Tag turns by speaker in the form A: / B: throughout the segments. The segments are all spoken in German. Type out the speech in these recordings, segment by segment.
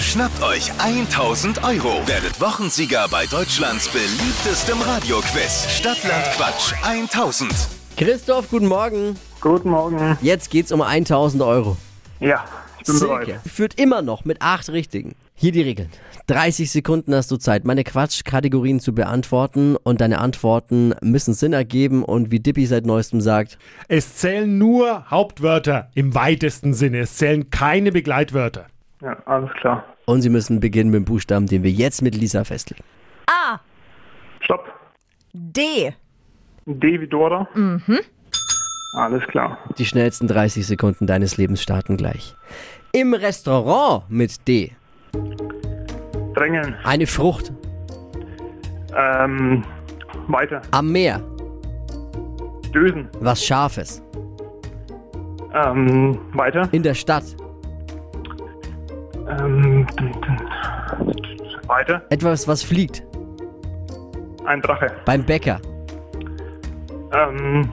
A: Schnappt euch 1000 Euro. Werdet Wochensieger bei Deutschlands beliebtestem Radioquiz. Stadtland Quatsch 1000.
B: Christoph, guten Morgen.
C: Guten Morgen.
B: Jetzt geht's um 1000 Euro.
C: Ja, ich bin
B: Silke
C: bereit.
B: führt immer noch mit acht Richtigen. Hier die Regeln. 30 Sekunden hast du Zeit, meine Quatschkategorien zu beantworten und deine Antworten müssen Sinn ergeben und wie Dippy seit neuestem sagt,
D: Es zählen nur Hauptwörter im weitesten Sinne. Es zählen keine Begleitwörter.
C: Ja, alles klar.
B: und sie müssen beginnen mit dem Buchstaben, den wir jetzt mit Lisa festlegen.
C: Stopp.
E: D.
C: D wie Dora. Mhm. Alles klar.
B: Die schnellsten 30 Sekunden deines Lebens starten gleich. Im Restaurant mit D.
C: Drängeln.
B: Eine Frucht.
C: Ähm, weiter.
B: Am Meer.
C: Dösen.
B: Was Scharfes.
C: Ähm, weiter.
B: In der Stadt.
C: Ähm, dun, dun. weiter.
B: Etwas, was fliegt.
C: Ein Drache.
B: Beim Bäcker.
C: Ähm,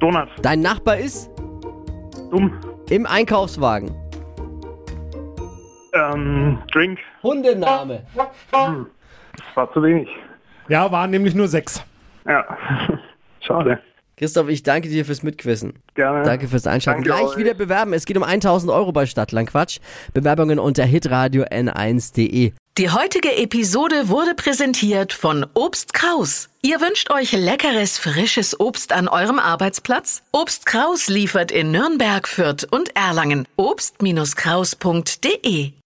C: Donut.
B: Dein Nachbar ist
C: Dumm.
B: im Einkaufswagen.
C: Ähm, Drink.
B: Hundename.
C: War zu wenig.
D: Ja, waren nämlich nur sechs.
C: Ja. Schade.
B: Christoph, ich danke dir fürs Mitquissen.
C: Gerne.
B: Danke fürs Einschalten.
C: Danke
B: Gleich
C: euch.
B: wieder bewerben. Es geht um 1000 Euro bei Stadtland Quatsch. Bewerbungen unter hitradio n1.de.
F: Die heutige Episode wurde präsentiert von Obst Kraus. Ihr wünscht euch leckeres, frisches Obst an eurem Arbeitsplatz? Obst Kraus liefert in Nürnberg, Fürth und Erlangen. Obst-Kraus.de